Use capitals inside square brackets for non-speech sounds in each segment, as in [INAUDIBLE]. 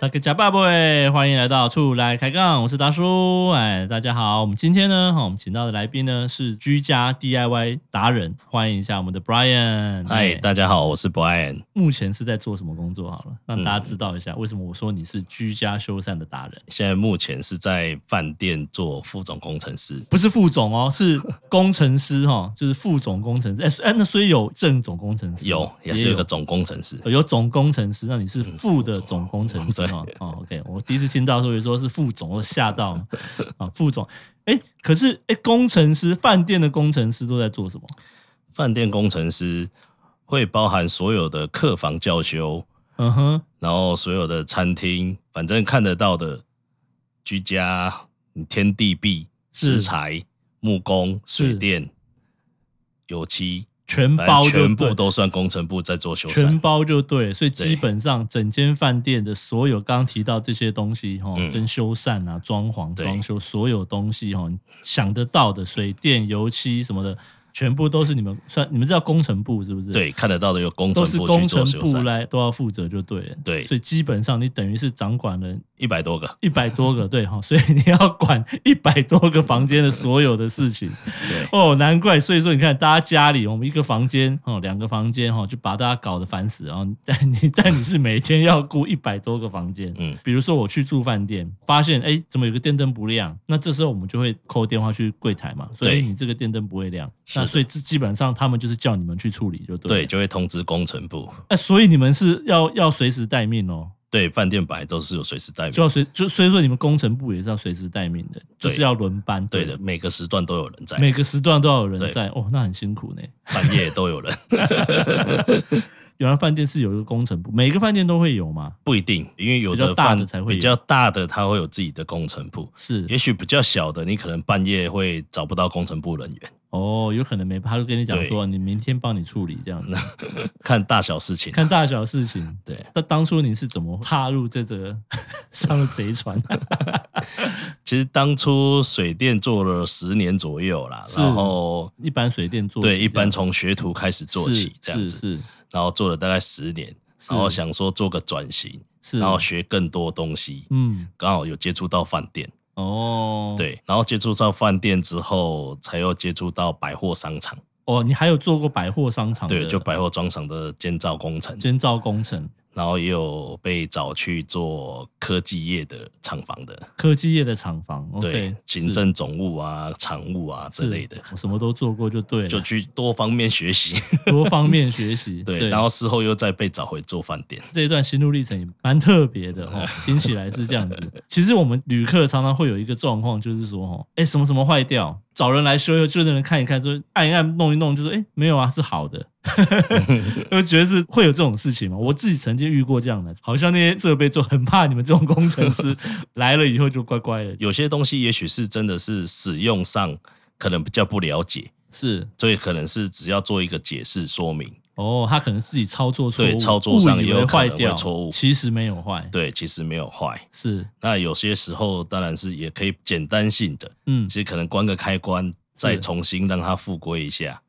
大家爸爸，欢迎来到处来开杠，我是达叔。哎，大家好，我们今天呢，哈，我们请到的来宾呢是居家 DIY 达人，欢迎一下我们的 Brian。哎嗨，大家好，我是 Brian。目前是在做什么工作？好了，嗯让大家知道一下，为什么我说你是居家修缮的达人，现在目前是在饭店做副总工程师，不是副总哦，是工程师哈，就是副总工程师。哎、哎，那所以有正总工程师吗，有也是有个总工程师。有总工程师，那你是副的总工程师嗯对哈、哦。OK，我第一次听到说有说是副总，我吓到 [LAUGHS] 了啊，副总。哎、可是哎、工程师，饭店的工程师都在做什么？饭店工程师会包含所有的客房教修，嗯哼，然后所有的餐厅，反正看得到的居家、天地壁、是石材、木工、水电、油漆，全反正包就全部对都算工程部在做修全缮。包就对了，所以对基本上整间饭店的所有刚刚提到这些东西哈，嗯跟修缮啊、装潢、对装修所有东西哈，想得到的水电、油漆什么的，全部都是你们算你们叫工程部是不是？。对，看得到的有工程都是部去工做程修部缮，来都要负责就对了，对所以基本上你等于是掌管了一百多个。一百多个，对哈，所以你要管一百多个房间的所有的事情，对，哦，难怪，所以说你看，大家家里我们一个房间哦，两个房间哦，就把大家搞得烦死。然后，但你但你是每天要顾一百多个房间，嗯， [LAUGHS] 比如说我去住饭店，发现哎怎么有个电灯不亮，那这时候我们就会扣电话去柜台嘛，所以对你这个电灯不会亮，是那的所以这基本上他们就是叫你们去处理就对。对，，就会通知工程部。哎、所以你们是要要随时待命哦，对，饭店本来都是有随时待就命，要随就所以说你们工程部也是要随时待命的，就是对要轮班，对的，，每个时段都有人在，每个时段都要有人对在，哦，那很辛苦呢。半夜都有人，原来饭店是有一个工程部，每个饭店都会有嘛？不一定，因为有比较的大饭的才会有比较大的，它会有自己的工程部，是也许比较小的，你可能半夜会找不到工程部人员，哦，有可能没，他就跟你讲说，你明天帮你处理这样子，看大小事情。看大小事情。对，那当初你是怎么踏入这个上了贼船？啊其实当初水电做了十年左右啦，是然后 [LAUGHS] 一般水电做起对，一般这样从学徒开始做起是这样子，是是然后做了大概十年，是然后想说做个转型，是，然后学更多东西，嗯刚好有接触到饭店。哦，，对，然后接触到饭店之后，才又接触到百货商场，哦，你还有做过百货商场的对，就百货商场的建造工程，监造工程，然后也有被找去做科技业的厂房的，科技业的厂房，对 OK，，行政总务啊、厂务啊是之类的，我什么都做过就对了，就去多方面学习， [LAUGHS] 多方面学习， [LAUGHS] 对，然后事后又再被找回做饭店，这一段心路历程也蛮特别 [LAUGHS] 的哦，听起来是这样子。其实我们旅客常常会有一个状况，就是说哦，哎，什么什么坏掉，找人来修修，就有人看一看，说按一按，弄一弄，就说哎，没有啊，是好 [LAUGHS] 的。我觉得是会有这种事情嘛，我自己曾经遇过这样的，好像那些设备就很怕你们这种工程 [LAUGHS] 师来了以后就乖乖的，有些东西也许是真的是使用上可能比较不了解，是所以可能是只要做一个解释说明，哦，他可能自己操作错误，对操作上误以也为有可坏能会掉，错误其实没有坏，对，其实没有坏。是那有些时候当然是也可以简单性的，嗯其，实可能关个开关，再是重新让它复归一下，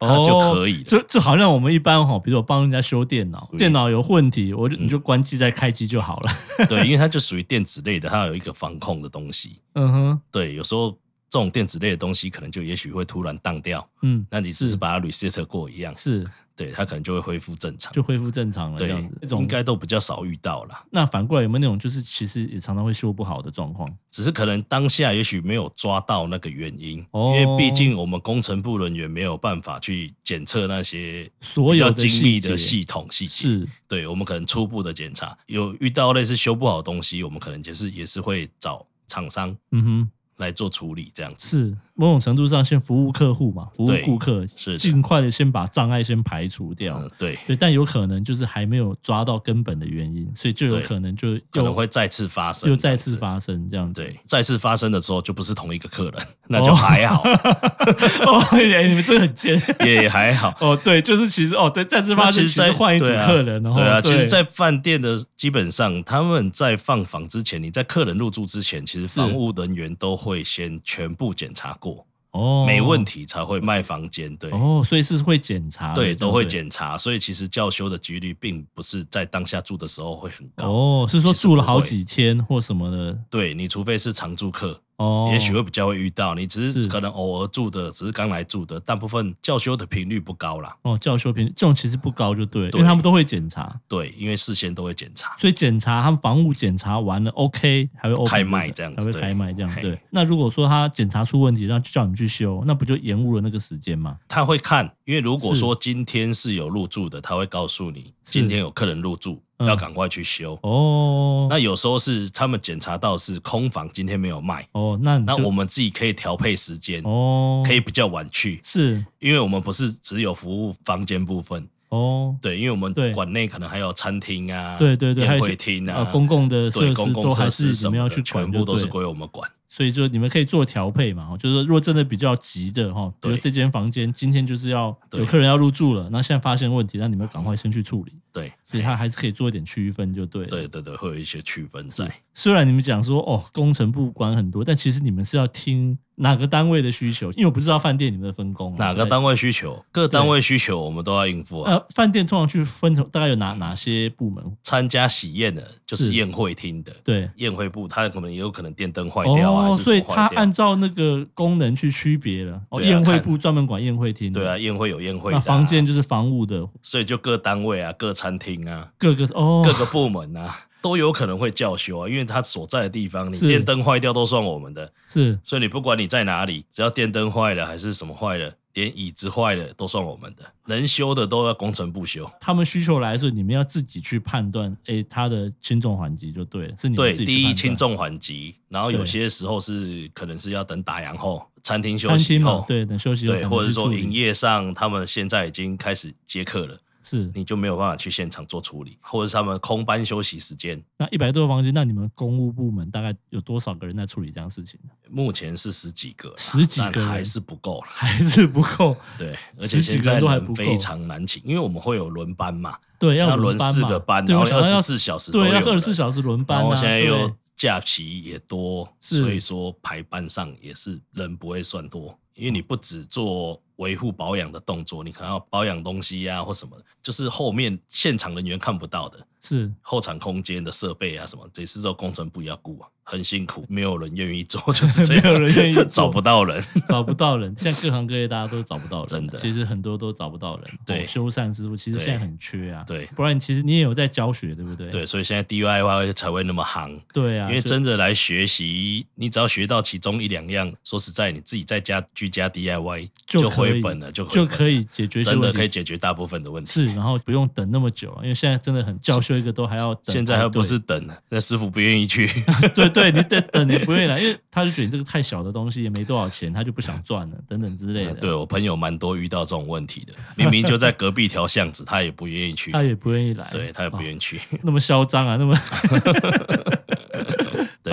哦它就 [LAUGHS] 可以了。这这好像我们一般哈，比如我帮人家修电脑，对嗯电脑有问题，我就你就关机再开机就好了。 [LAUGHS] 对，因为它就属于电子类的，它有一个防控的东西。嗯哼，对，有时候这种电子类的东西可能就也许会突然宕掉，嗯，那你只是是把它 reset 过一样，是对，它可能就会恢复正常。就恢复正常了这对样子。这，应种该都比较少遇到啦。那反过来有没有那种就是其实也常常会修不好的状况？只是可能当下也许没有抓到那个原因，哦因为毕竟我们工程部人员没有办法去检测那些所比有较的精密的细系统细节节。是对我们可能初步的检查，有遇到类似修不好的东西，我们可能也是也是会找厂商嗯哼来做处理，这样子。是某种程度上先服务客户嘛，服务对顾客，是的尽快的先把障碍先排除掉。嗯，对，对，但有可能就是还没有抓到根本的原因，所以就有对可能就又可能会再次发生，又再次这样发生这样子。子。对，再次发生的时候就不是同一个客人， [LAUGHS] 那就还 [LAUGHS] 好，哦，哎你们这很贱。也 [LAUGHS] 还好。哦，对，就是其实哦，对，再次发那生其实在，换一组对啊客人，然哦后对 [LAUGHS] 啊，其实，在饭店的基本上，他们在放房之前，你在客人入住之前，其实房务人员都会先全部检查过。哦，没问题才会卖房间。对，哦，所以是会检查的，对，都会不。检查，所以其实叫修的几率并不是在当下住的时候会很高。哦，是说其实住了不好会几天或什么的，对你，除非是常住客，哦，也许会比较会遇到。你只是是可能偶尔住的，只是刚来住的，大部分叫修的频率不高啦。哦，教修频这种其实不高，就对，因对为他们都会检查，对，因为事先都会检查。所以检查他们房屋检查完了，OK，还会 open, 开卖这样子还会对开卖这样。嘿对，那如果说他检查出问题，那就叫你去修，那不就延误了那个时间吗？他会看，因为如果是说今天是有入住的，他会告诉你是今天有客人入住，嗯要赶快去修。哦，那有时候是他们检查到是空房，今天没有卖，哦，那你那就我们自己可以调配时间，哦可以比较晚去，是因为我们不是只有服务房间部分，哦，对，因为我们对馆内可能还有餐厅啊，对对对，还宴有一些会厅呃啊，公共的设对施公共都还设是施你什们么要的，去管全就部都是对归我们管。所以就你们可以做调配嘛，哦就是说如果真的比较急的哈，比如对这间房间今天就是要对有客人要入住了，那现在发现问题，那你们赶快先去处理，对所以它还是可以做一点区分就对了。对对对，会有一些区分是在。虽然你们讲说哦工程部管很多，但其实你们是要听哪个单位的需求，因为我不知道饭店你们的分工啊哪个对单位需求，各单位需求我们都要应付啊。呃饭店通常去分成大概有哪哪些部门？参加喜宴的，就是是宴会厅的。对。宴会部，它可能也有可能电灯坏掉啊，哦，还是所什以么它坏掉按？照那个功能去区别了。哦，对啊宴会看部专门管宴会厅的，对啊，宴会有宴会的、那啊、房间，就是房务的所以就各单位啊、各餐厅啊、各个哦，各个部门啊，都有可能会叫修啊，因为它所在的地方，你是电灯坏掉都算我们的，是所以你不管你在哪里，只要电灯坏了还是什么坏了，连椅子坏了都算我们的，能修的都要工程部修。他们需求来的时候，你们要自己去判断，诶，它的轻重缓急就对了，是你们对，自己去第一判断轻重缓急，然后有对些时候是可能是要等打烊后，餐厅休餐息厅嘛后，，对，等休息后才对，能或者去处说理营业上，他们现在已经开始接客了，是你就没有办法去现场做处理，或者是他们空班休息时间，那一百多个房间，那你们公务部门大概有多少个人在处理这样的事情呢？ [LAUGHS] 目前是十几个啦，十几个但人还是不够了。还是不够？对，而且十几现个人在都还人不够非常难请，因为我们会有轮班嘛，对，要要轮班四嘛个班，对，然我后想二到十要四小时都对，有要人二十四小时轮班啊，然后现在对又假期也多，是所以说排班上也是人不会算多，因为你不只做维护保养的动作，你可能要保养东西呀、或什么，就是后面现场人员看不到的是后场空间的设备啊什么，这次都工程部要顾啊，很辛苦，没有人愿意做，就是这样，没有人愿意做 [LAUGHS] 找不到人。找不到人，现在各行各业大家都找不到人，真的其实很多都找不到人。对哦修缮师傅其实对现在很缺啊。对不然其实你也有在教学，对不对？对，所以现在 DIY 才会那么行。对啊，因所为以真的来学习，你只要学到其中一两样，说实在，你自己在家居家 DIY 就可以回本了，就回本就了可以解决一些真的问可以题。解决大部分的问题。是，然后不用等那么久啊，因为现在真的很教修一个都还要等。现在还不是等了，那师傅不愿意 [LAUGHS] 去。对对，你得等你不愿意来，因为他就觉得你这个太小的东西也没多少钱，他就不想赚了，等等之类的。 [LAUGHS] 呃对我朋友蛮多遇到这种问题的，明明就在隔壁条巷子，他也不愿意去他，也哦不愿意来。对他也不愿意去。 [LAUGHS] 那么嚣张啊，那么 对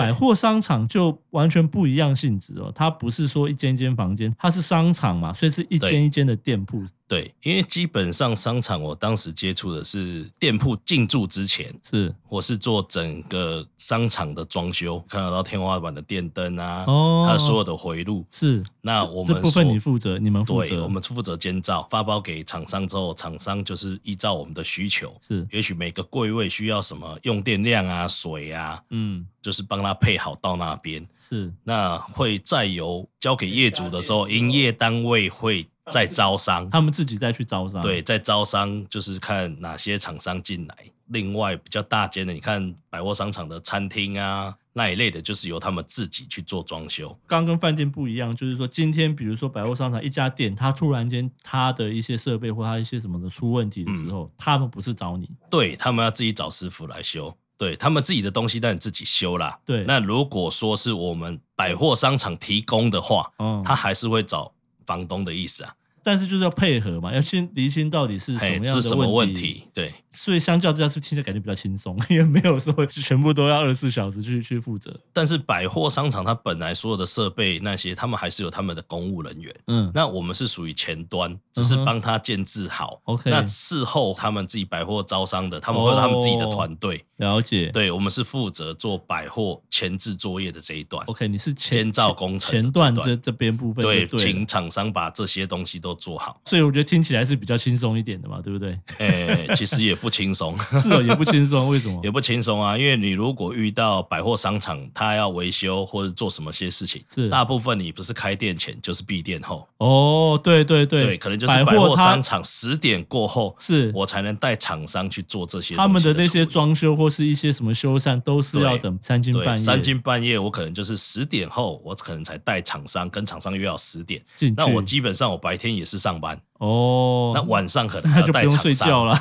[LAUGHS] 百货商场就完全不一样性质哦，它不是说一间一间房间，它是商场嘛，所以是一对间一间的店铺。对，因为基本上商场我当时接触的是店铺进驻之前，是我是做整个商场的装修，看得到天花板的电灯啊，哦，它所有的回路。是那这我们这部分所你负责，你们负对，责，我们负责监造，发包给厂商之后，厂商就是依照我们的需求，是也许每个柜位需要什么用电量啊、水啊，嗯就是帮他配好到那边。是那会再由交给业主的时候，营业单位会再招商，他们自己再去招商。对，再招商就是看哪些厂商进来。另外比较大间的，你看百货商场的餐厅啊那一类的，就是由他们自己去做装修。刚跟饭店不一样，就是说今天比如说百货商场一家店，它突然间它的一些设备或它一些什么的出问题的时嗯候，他们不是找你，对他们要自己找师傅来修，对他们自己的东西当然自己修啦。对，那如果说是我们百货商场提供的话，嗯他还是会找房东的意思啊。但是就是要配合嘛，要先厘清到底是什么哎，样是的什么问问题？对，所以相较之下，是不是听起来感觉比较轻松， [LAUGHS] 因为没有说全部都要二十四小时去去负责。但是百货商场它本来所有的设备那些，他们还是有他们的公务人员。嗯那我们是属于前端，只是嗯哼帮他建制好。 ，OK，那事后他们自己百货招商的，他们会有他们自哦己的团队。了解。对我们是负责做百货前置作业的这一段。 OK，你是哦前监造工程的前段这这段这边部分就对，对了请厂商把这些东西都做好。 [LAUGHS] 所以我觉得听起来是比较轻松一点的嘛，对不对？哎、其实也不轻松， [LAUGHS] 是哦，也不轻松，为什么也？不轻松啊。因为你如果遇到百货商场，它要维修或者做什么些事情，是大部分你不是开店前就是闭店后，哦，对对对，对，可能就是百百货货它商场十点过后，是我才能带厂商去做这些他们东西的那些处理。装修或是一些什么修缮，都是要对等三更半对，夜三更半夜，我可能就是十点后，我可能才带厂商跟厂商约好十点。进去。那我基本上我白天也是上班，哦，那晚上可能那还要就不带用厂睡觉商， [LAUGHS] 了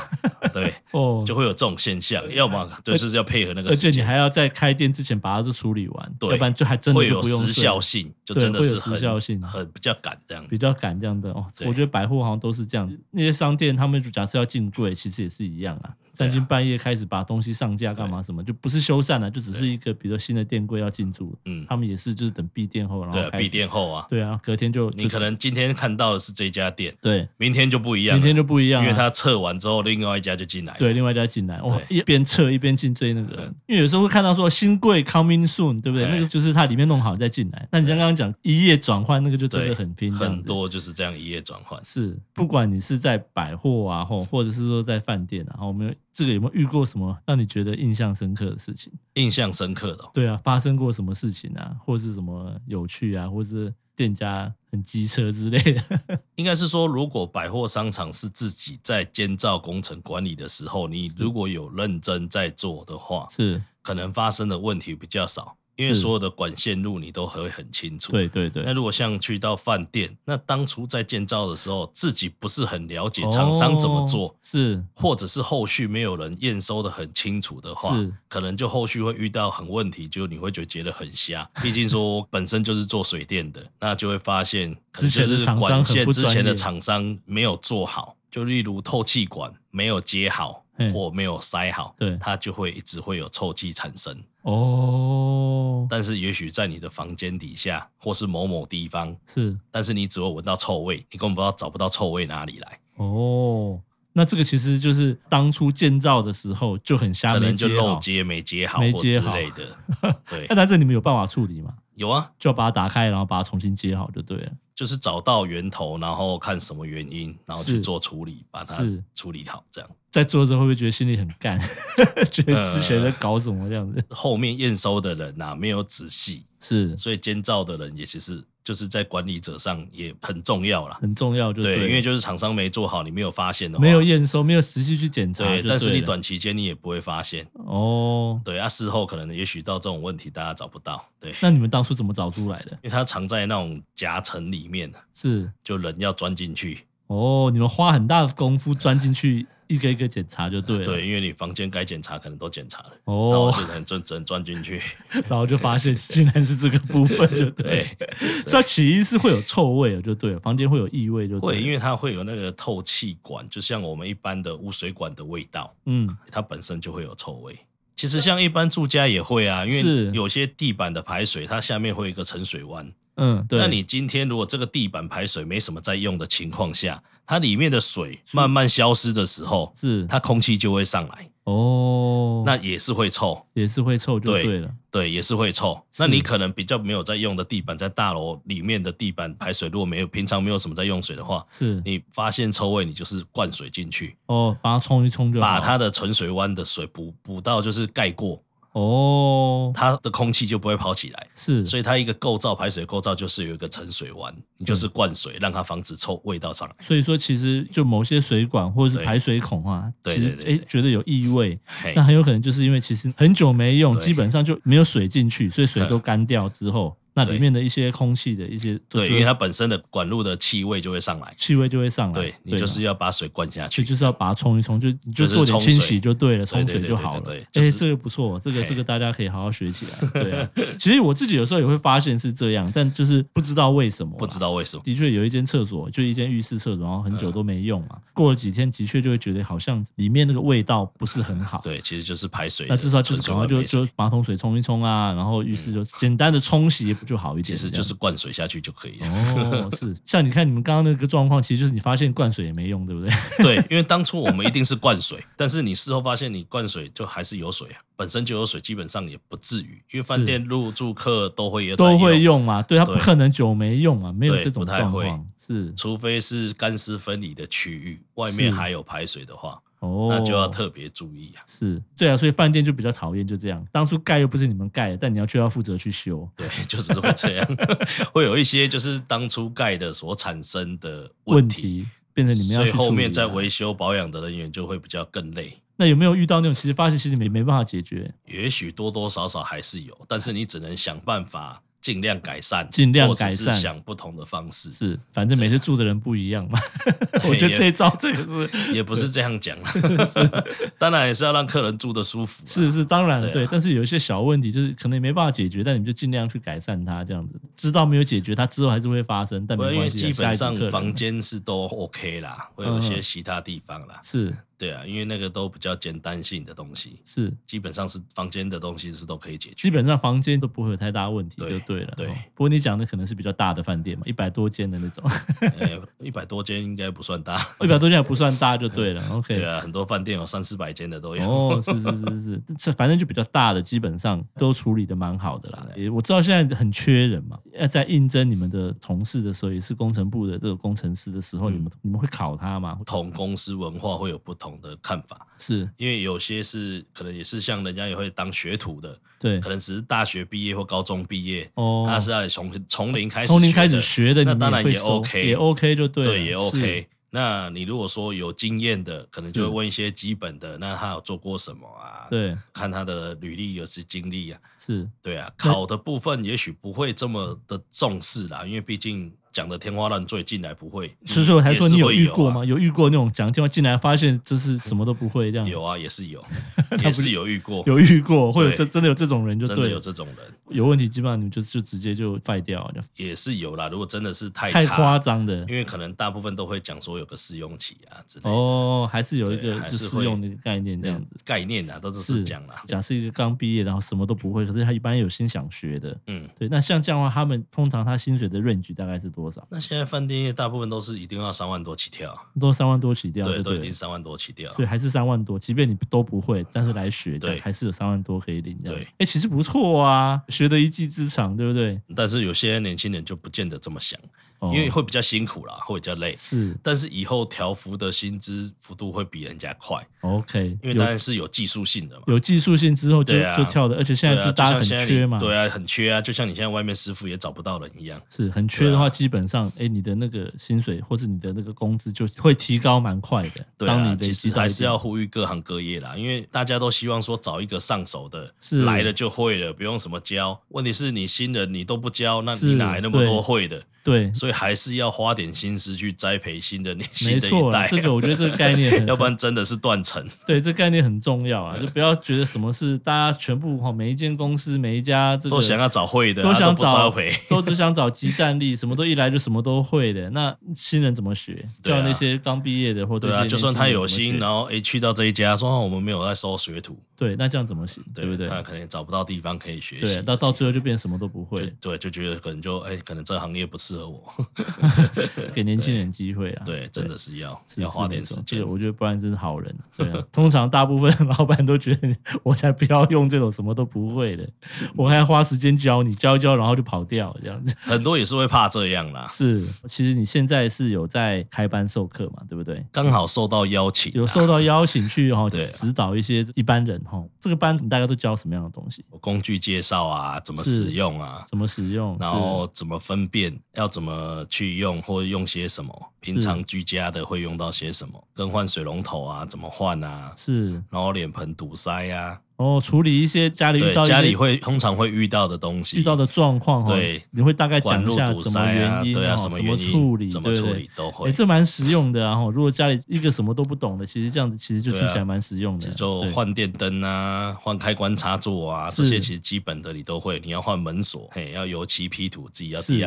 对，哦，就会有这种现象。要么就是要配合那个而时且你间，还要在开店之前把它都处理完，对要不然就还真的会就有不用时睡效了，性，就对真的会是有时很效性很比较赶这样比子。较赶这样的哦。对我觉得百货好像都是这样子，那些商店他们假设要进柜，其实也是一样啊。对啊三更半夜开始把东西上架干嘛什么，就不是修缮了、啊就只是一个比如说新的店柜要进驻，嗯，他们也是就是等闭店后，然对后啊，开闭始店后啊，对啊，隔天就你可就能今天看到的是这家店，对，明天就不一样明了，天就不一样、啊，因为他测完之后，另外一家就进来了。对，另外一家进来，哇，对一边撤一边进追那个人，因为有时候会看到说新贵 coming soon，对不对？哎那个就是它里面弄好再进来。那你像刚刚讲一夜转换，那个就真对的很拼，这样很子。多就是这样一夜转换。是，不管你是在百货啊，或或者是说在饭店啊，我们这个有没有遇过什么让你觉得印象深刻的事情？印象深刻的哦、对啊，发生过什么事情啊，或是什么有趣啊，或是店家很机车之类的。 [LAUGHS] 应该是说，如果百货商场是自己在建造工程管理的时候，你如果有认真在做的话，是，可能发生的问题比较少，因为是所有的管线路你都会很清楚。对对对那，如果像去到饭店，那当初在建造的时候，自己不是很了解厂商怎么做，哦是或者是后续没有人验收的很清楚的话是，可能就后续会遇到很问题，就你会觉得觉得很瞎。毕竟 [LAUGHS] 说我本身就是做水电的，那就会发现可能就之前是的厂商管很线不之专业前的厂商没有做好，就例如透气管没有接好嗯或没有塞好，对它就会一直会有臭气产生。哦，但是也许在你的房间底下或是某某地方，是。但是你只会闻到臭味，你根本不知道找不到臭味哪里来，哦，那这个其实就是当初建造的时候就很瞎，可啊没能就接漏好。接没接好没或接之好类的。 [LAUGHS] 对那，但这你们有办法处理吗？有啊，就要把它打开，然后把它重新接好就对了。就是找到源头，然后看什么原因，然后去是做处理，把它是处理好。这样在做的时候会不会觉得心里很干， [LAUGHS] 觉得之前在呃搞什么这样子？后面验收的人呐、没有仔细，是所以监造的人也其实就是在管理者上也很重要啦。很重要就对，了因为就是厂商没做好，你没有发现的话，没有验收，没有实际去检查就对，了。但是你短期间你也不会发现。哦，对啊，事后可能也许到这种问题，大家找不到。对，因那你们当初怎么找出来的？为它藏在那种夹层里面，啊是就人要钻进去。哦，你们花很大的功夫钻进去，一个一个检查就对了。对，因为你房间该检查可能都检查了，然后哦，就很钻只能钻进去。 [LAUGHS] 然后就发现 [LAUGHS] 竟然是这个部分，就对了对。，所以它起因是会有臭味的，就对了，房间会有异味就对了，会，因为它会有那个透气管，就像我们一般的污水管的味道，嗯，它本身就会有臭味。其实像一般住家也会啊，因为是有些地板的排水，它下面会有一个沉水弯。嗯，对。那你今天如果这个地板排水没什么在用的情况下，它里面的水慢慢消失的时候，是它空气就会上来，哦，那也是会臭，也是会臭就对对了，对，也是会臭。是那你可能比较没有在用的地板，在大楼里面的地板排水，如果没有平常没有什么在用水的话，是你发现臭味，你就是灌水进去，哦，把它冲一冲就好把它的纯水湾的水补补到就是盖过，哦，它的空气就不会跑起来。是所以它一个构造排水构造就是有一个沉水湾，嗯你就是灌水，让它防止臭味道上来。所以说，其实就某些水管或者对是排水孔啊，对其实对对诶对觉得有异味，嘿那，很有可能就是因为其实很久没用，对基本上就没有水进去，所以水嗯都干掉之后，那对里面的一些空气的一些对，就因为它本身的管路的气味就会上来，气味就会上来。对你就是嘛要把水灌下去去，就是要把它冲一冲，就你就就是做点冲水清洗就对了，对冲水对就对好了。对对哎就是，这个不错，这个嘿这个大家可以好好学起来。 [LAUGHS] 对啊，其实我自己有时候也会发现是这样，但就是不知道为什么啦，不知道为什么，的确有一间厕所，就一间浴室厕所，然后很久都没用嘛。嗯过了几天，的确就会觉得好像里面那个味道不是很好。，对，其实就是排水的那纯至水少管没就水，是赶快就就马桶水冲一冲啊，然后浴室就简单的冲洗不就好一其点？实就是 [LAUGHS] 灌水下去就可以这了。样哦，是像你看你们刚刚那个状况，其实就是你发现灌水也没用，对不对？对，因为当初我们一定是灌水， [LAUGHS] 但是你事后发现你灌水就还是有水啊，本身就有水，基本上也不至于，因为饭店入住客都会有都会用，用嘛，对，它不对可能久没用嘛，没有对这种不太状会况是除非是干湿分离的区域，外面是还有排水的话，哦，那就要特别注意啊。是对啊，所以饭店就比较讨厌就这样，当初盖又不是你们盖的，但你要却要负责去修，对，就是会这样， [LAUGHS] 会有一些就是当初盖的所产生的问问题，变成你们要所以去后处面理在啊维修保养的人员就会比较更累。那有没有遇到那种其实发现其实没没办法解决，也许多多少少还是有，但是你只能想办法尽量改善，尽量改善或者是想不同的方式。是反正每次住的人不一样嘛。[LAUGHS] 对我觉得也这一招这个是也不是这样 [LAUGHS] 讲啦，当然也是要让客人住的舒服、啊。是是当然对啊对，但是有一些小问题就是可能也没办法解决，但你们就尽量去改善它，这样子知道没有解决它之后还是会发生，但不没过因为关系啊，基本下上一次客房人嗯间是都 OK 啦，会有一些其他地方啦，是对啊，因为那个都比较简单性的东西，是。基本上是房间的东西是都可以解决。基本上房间都不会有太大问题，就对对了。对哦不过你讲的可能是比较大的饭店嘛，一百多间的那种， [LAUGHS] 呃，一百多间应该不算大，一百多间也不算大就 [LAUGHS] 对了。OK，对啊，啊很多饭店有三四百间的都有。 [LAUGHS] 哦，是是是是，这反正就比较大的，基本上都处理的蛮好的啊啦。也我知道现在很缺人嘛，要在应征你们的同事的时候，也是工程部的这个工程师的时候，嗯你们你们会考他吗？不同公司文化会有不同的看法，是因为有些是可能也是像人家也会当学徒的，对可能只是大学毕业或高中毕业，哦，他是要从从零开始从零开始的学的，那你们当然会也收 OK 也 OK 就对了，啊对，也是 OK。那你如果说有经验的，可能就是会问一些基本的，那他有做过什么啊？，对看他的履历有些经历啊，是对啊。考的部分也许不会这么的重视啦，因为毕竟讲的天花乱坠进来不会，所以说我才说也你是有会遇过啊吗？有遇过那种讲电话进来发现这是什么都不会这样？有啊，也是 [LAUGHS] 有，也是有遇过，有遇过，或者对真真的有这种人就真对的了有，这种人，有问题基本上你们就就直接就废掉，就也是有啦。如果真的是太太差夸张的因。为可能大部分都会讲说有个试用期啊之类的。哦，还是有一对个还就是适会用的一个概念这那样样子。子概念啊，都只是是讲啦。假设一个刚毕业，然后什么都不会，可是他一般有心想学的，嗯，对。那像这样的话，他们通常他薪水的 range 大概是多少？那现在饭店业大部分都是一定要三万多起跳，都三万多起掉，对，对都对已了经。三万多起跳。对，还是三万多，即便你都不会，但是来学，对对，还是有三万多可以领。这样对，哎，其实不错啊，学得一技之长，对不对？但是有些年轻人就不见得这么想，哦因为会比较辛苦啦，会比较累。是但是以后调幅的薪资幅度会比人家快， OK，因为当然是有技术性的嘛。有有技术性之后就对啊就跳的，而且现对在啊，就就大家像很现在缺你嘛，对啊，很缺啊，就像你现在外面师傅也找不到人一样。是很缺啊的话，基本上，哎、你的那个薪水或者你的那个工资就会提高蛮快的。对当你，啊其累积实到一还是定要呼吁各行各业啦，因为大家都希望说找一个上手的，是来了就会了，不用什么教。问题是你新人你都不教，那是你哪来那么对多会的？对，所以还是要花点心思去栽培新的你没新的错啦，一代，啊这个我觉得这个概 [LAUGHS] 念很，要不然真的是断层。对这概念很重要啊，就不要觉得什么事大家全部哈，每一间公司每一家这个都想要找会的、都啊，想不找招培。 [LAUGHS] 都只想找集战力，什么都一来就什么都会的，那新人怎么学？对叫啊那些刚毕业的或者对啊，一些就算年他轻人有怎么心，学然后诶去到这一家说、哦、我们没有在收学徒，对，那这样怎么行？对不对？他可能也找不到地方可以学习对，，到到最后就变什么都不就会，对就觉得可能就诶可能这行业不适合我。给年轻人机会啊。对，真的是要是要花是点没时错间这个。我觉得不然真是好人。对啊，通常大部分老板都觉得我才不要用这种什么都不会的，我还要花时间教你，教一教然后就跑掉这样子。很多也是会怕这样啦。是，其实你现在是有在开班授课嘛，对不对？刚好受到邀请啊，有受到邀请去哈、哦、对啊指导一些一般人哈、哦，这个班你大概都教什么样的东西？工具介绍啊，怎么是使用啊，怎么使用？然后怎么分辨，要怎么去用或者用些什么，平常居家的会用到些什么，更换水龙头啊，怎么换啊，是是然后脸盆堵塞啊，哦，处理一些家里遇对到一些家里会通常会遇到的东西，遇到的状况哈，对你会大概管讲一路下堵怎么塞啊，原因对啊，哦什么怎原因么处理，怎对么不处对理都哎、会，这蛮实用的啊！吼，如果家里一个什么都不懂的，其实这样子其实就听起来蛮实用的。啊就对换电灯啊，换开关插座啊，是这些其实基本的你都会。你要换门锁，嘿，要油漆 P 图，自己要是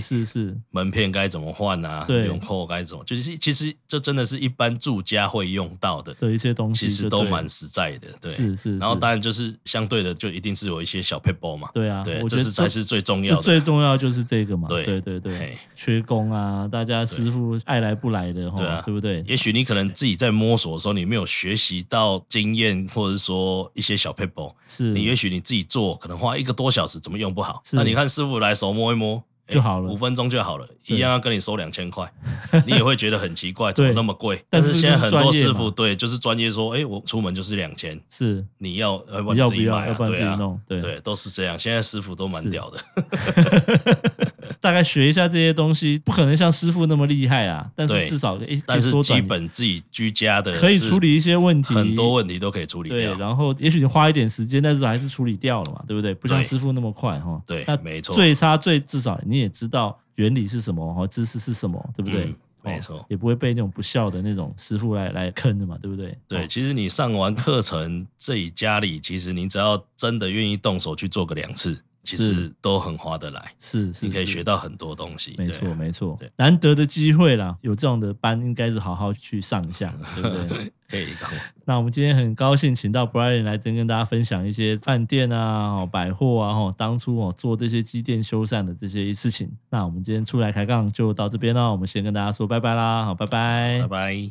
是 是是，门片该怎么换啊，对纽扣该怎么，就是其实这真的是一般住家会用到的，的一些东西其实就都对蛮实在的，对。是是。然后是当然就是相对的，就一定是有一些小 p a p e 嘛，对啊，对，我觉这得是才是最重这要的。最重要就是这个嘛。对对对对嘿，缺工啊，大家师傅爱来不来的对哈啊，对不对？也许你可能自己在摸索的时候，你没有学习到经验，或者说一些小 p a p e 是你也许你自己做，可能花一个多小时，怎么用不好？嗯是那你看师傅来手摸一摸诶就好了五分钟就好了，对一样要跟你收两千块，你也会觉得很奇怪，怎么那么贵？但但是是现在很多就是专业嘛师傅对就是专业说，哎，我出门就是两千，是，你要要不你然要自不己要？买要啊，不然自对己啊，弄。对，对，都是这样。现在师傅都蛮屌的，大概学一下这些东西，不可能像师傅那么厉害啊，但是对至少诶，但是可以缩短基本自己居家的可以是处理一些问题，很多问题啊都可以处理对，掉，然后也许你花一点时间，但是还是处理掉了嘛，对不对？不像对师傅那么快哈。对那没错最差最至少你也知道原理是什么哈，知识是什么，对不对？嗯没错哦也不会被那种不孝的那种师傅来来坑的嘛，对不对？对，哦其实你上完课程，自己家里其实你只要真的愿意动手去做个两次，其实都很划得来。是是，你可以是学到很多东西。没对啊错，没错对，难得的机会啦，有这样的班，应该是好好去上一 [LAUGHS] 下，对不对？可以搞。那我们今天很高兴请到 Brian 来跟跟大家分享一些饭店啊、哦百货啊、哦当初哦做这些机电修缮的这些事情。那我们今天出来开杠就到这边啦，我们先跟大家说拜拜啦，好，拜拜拜拜。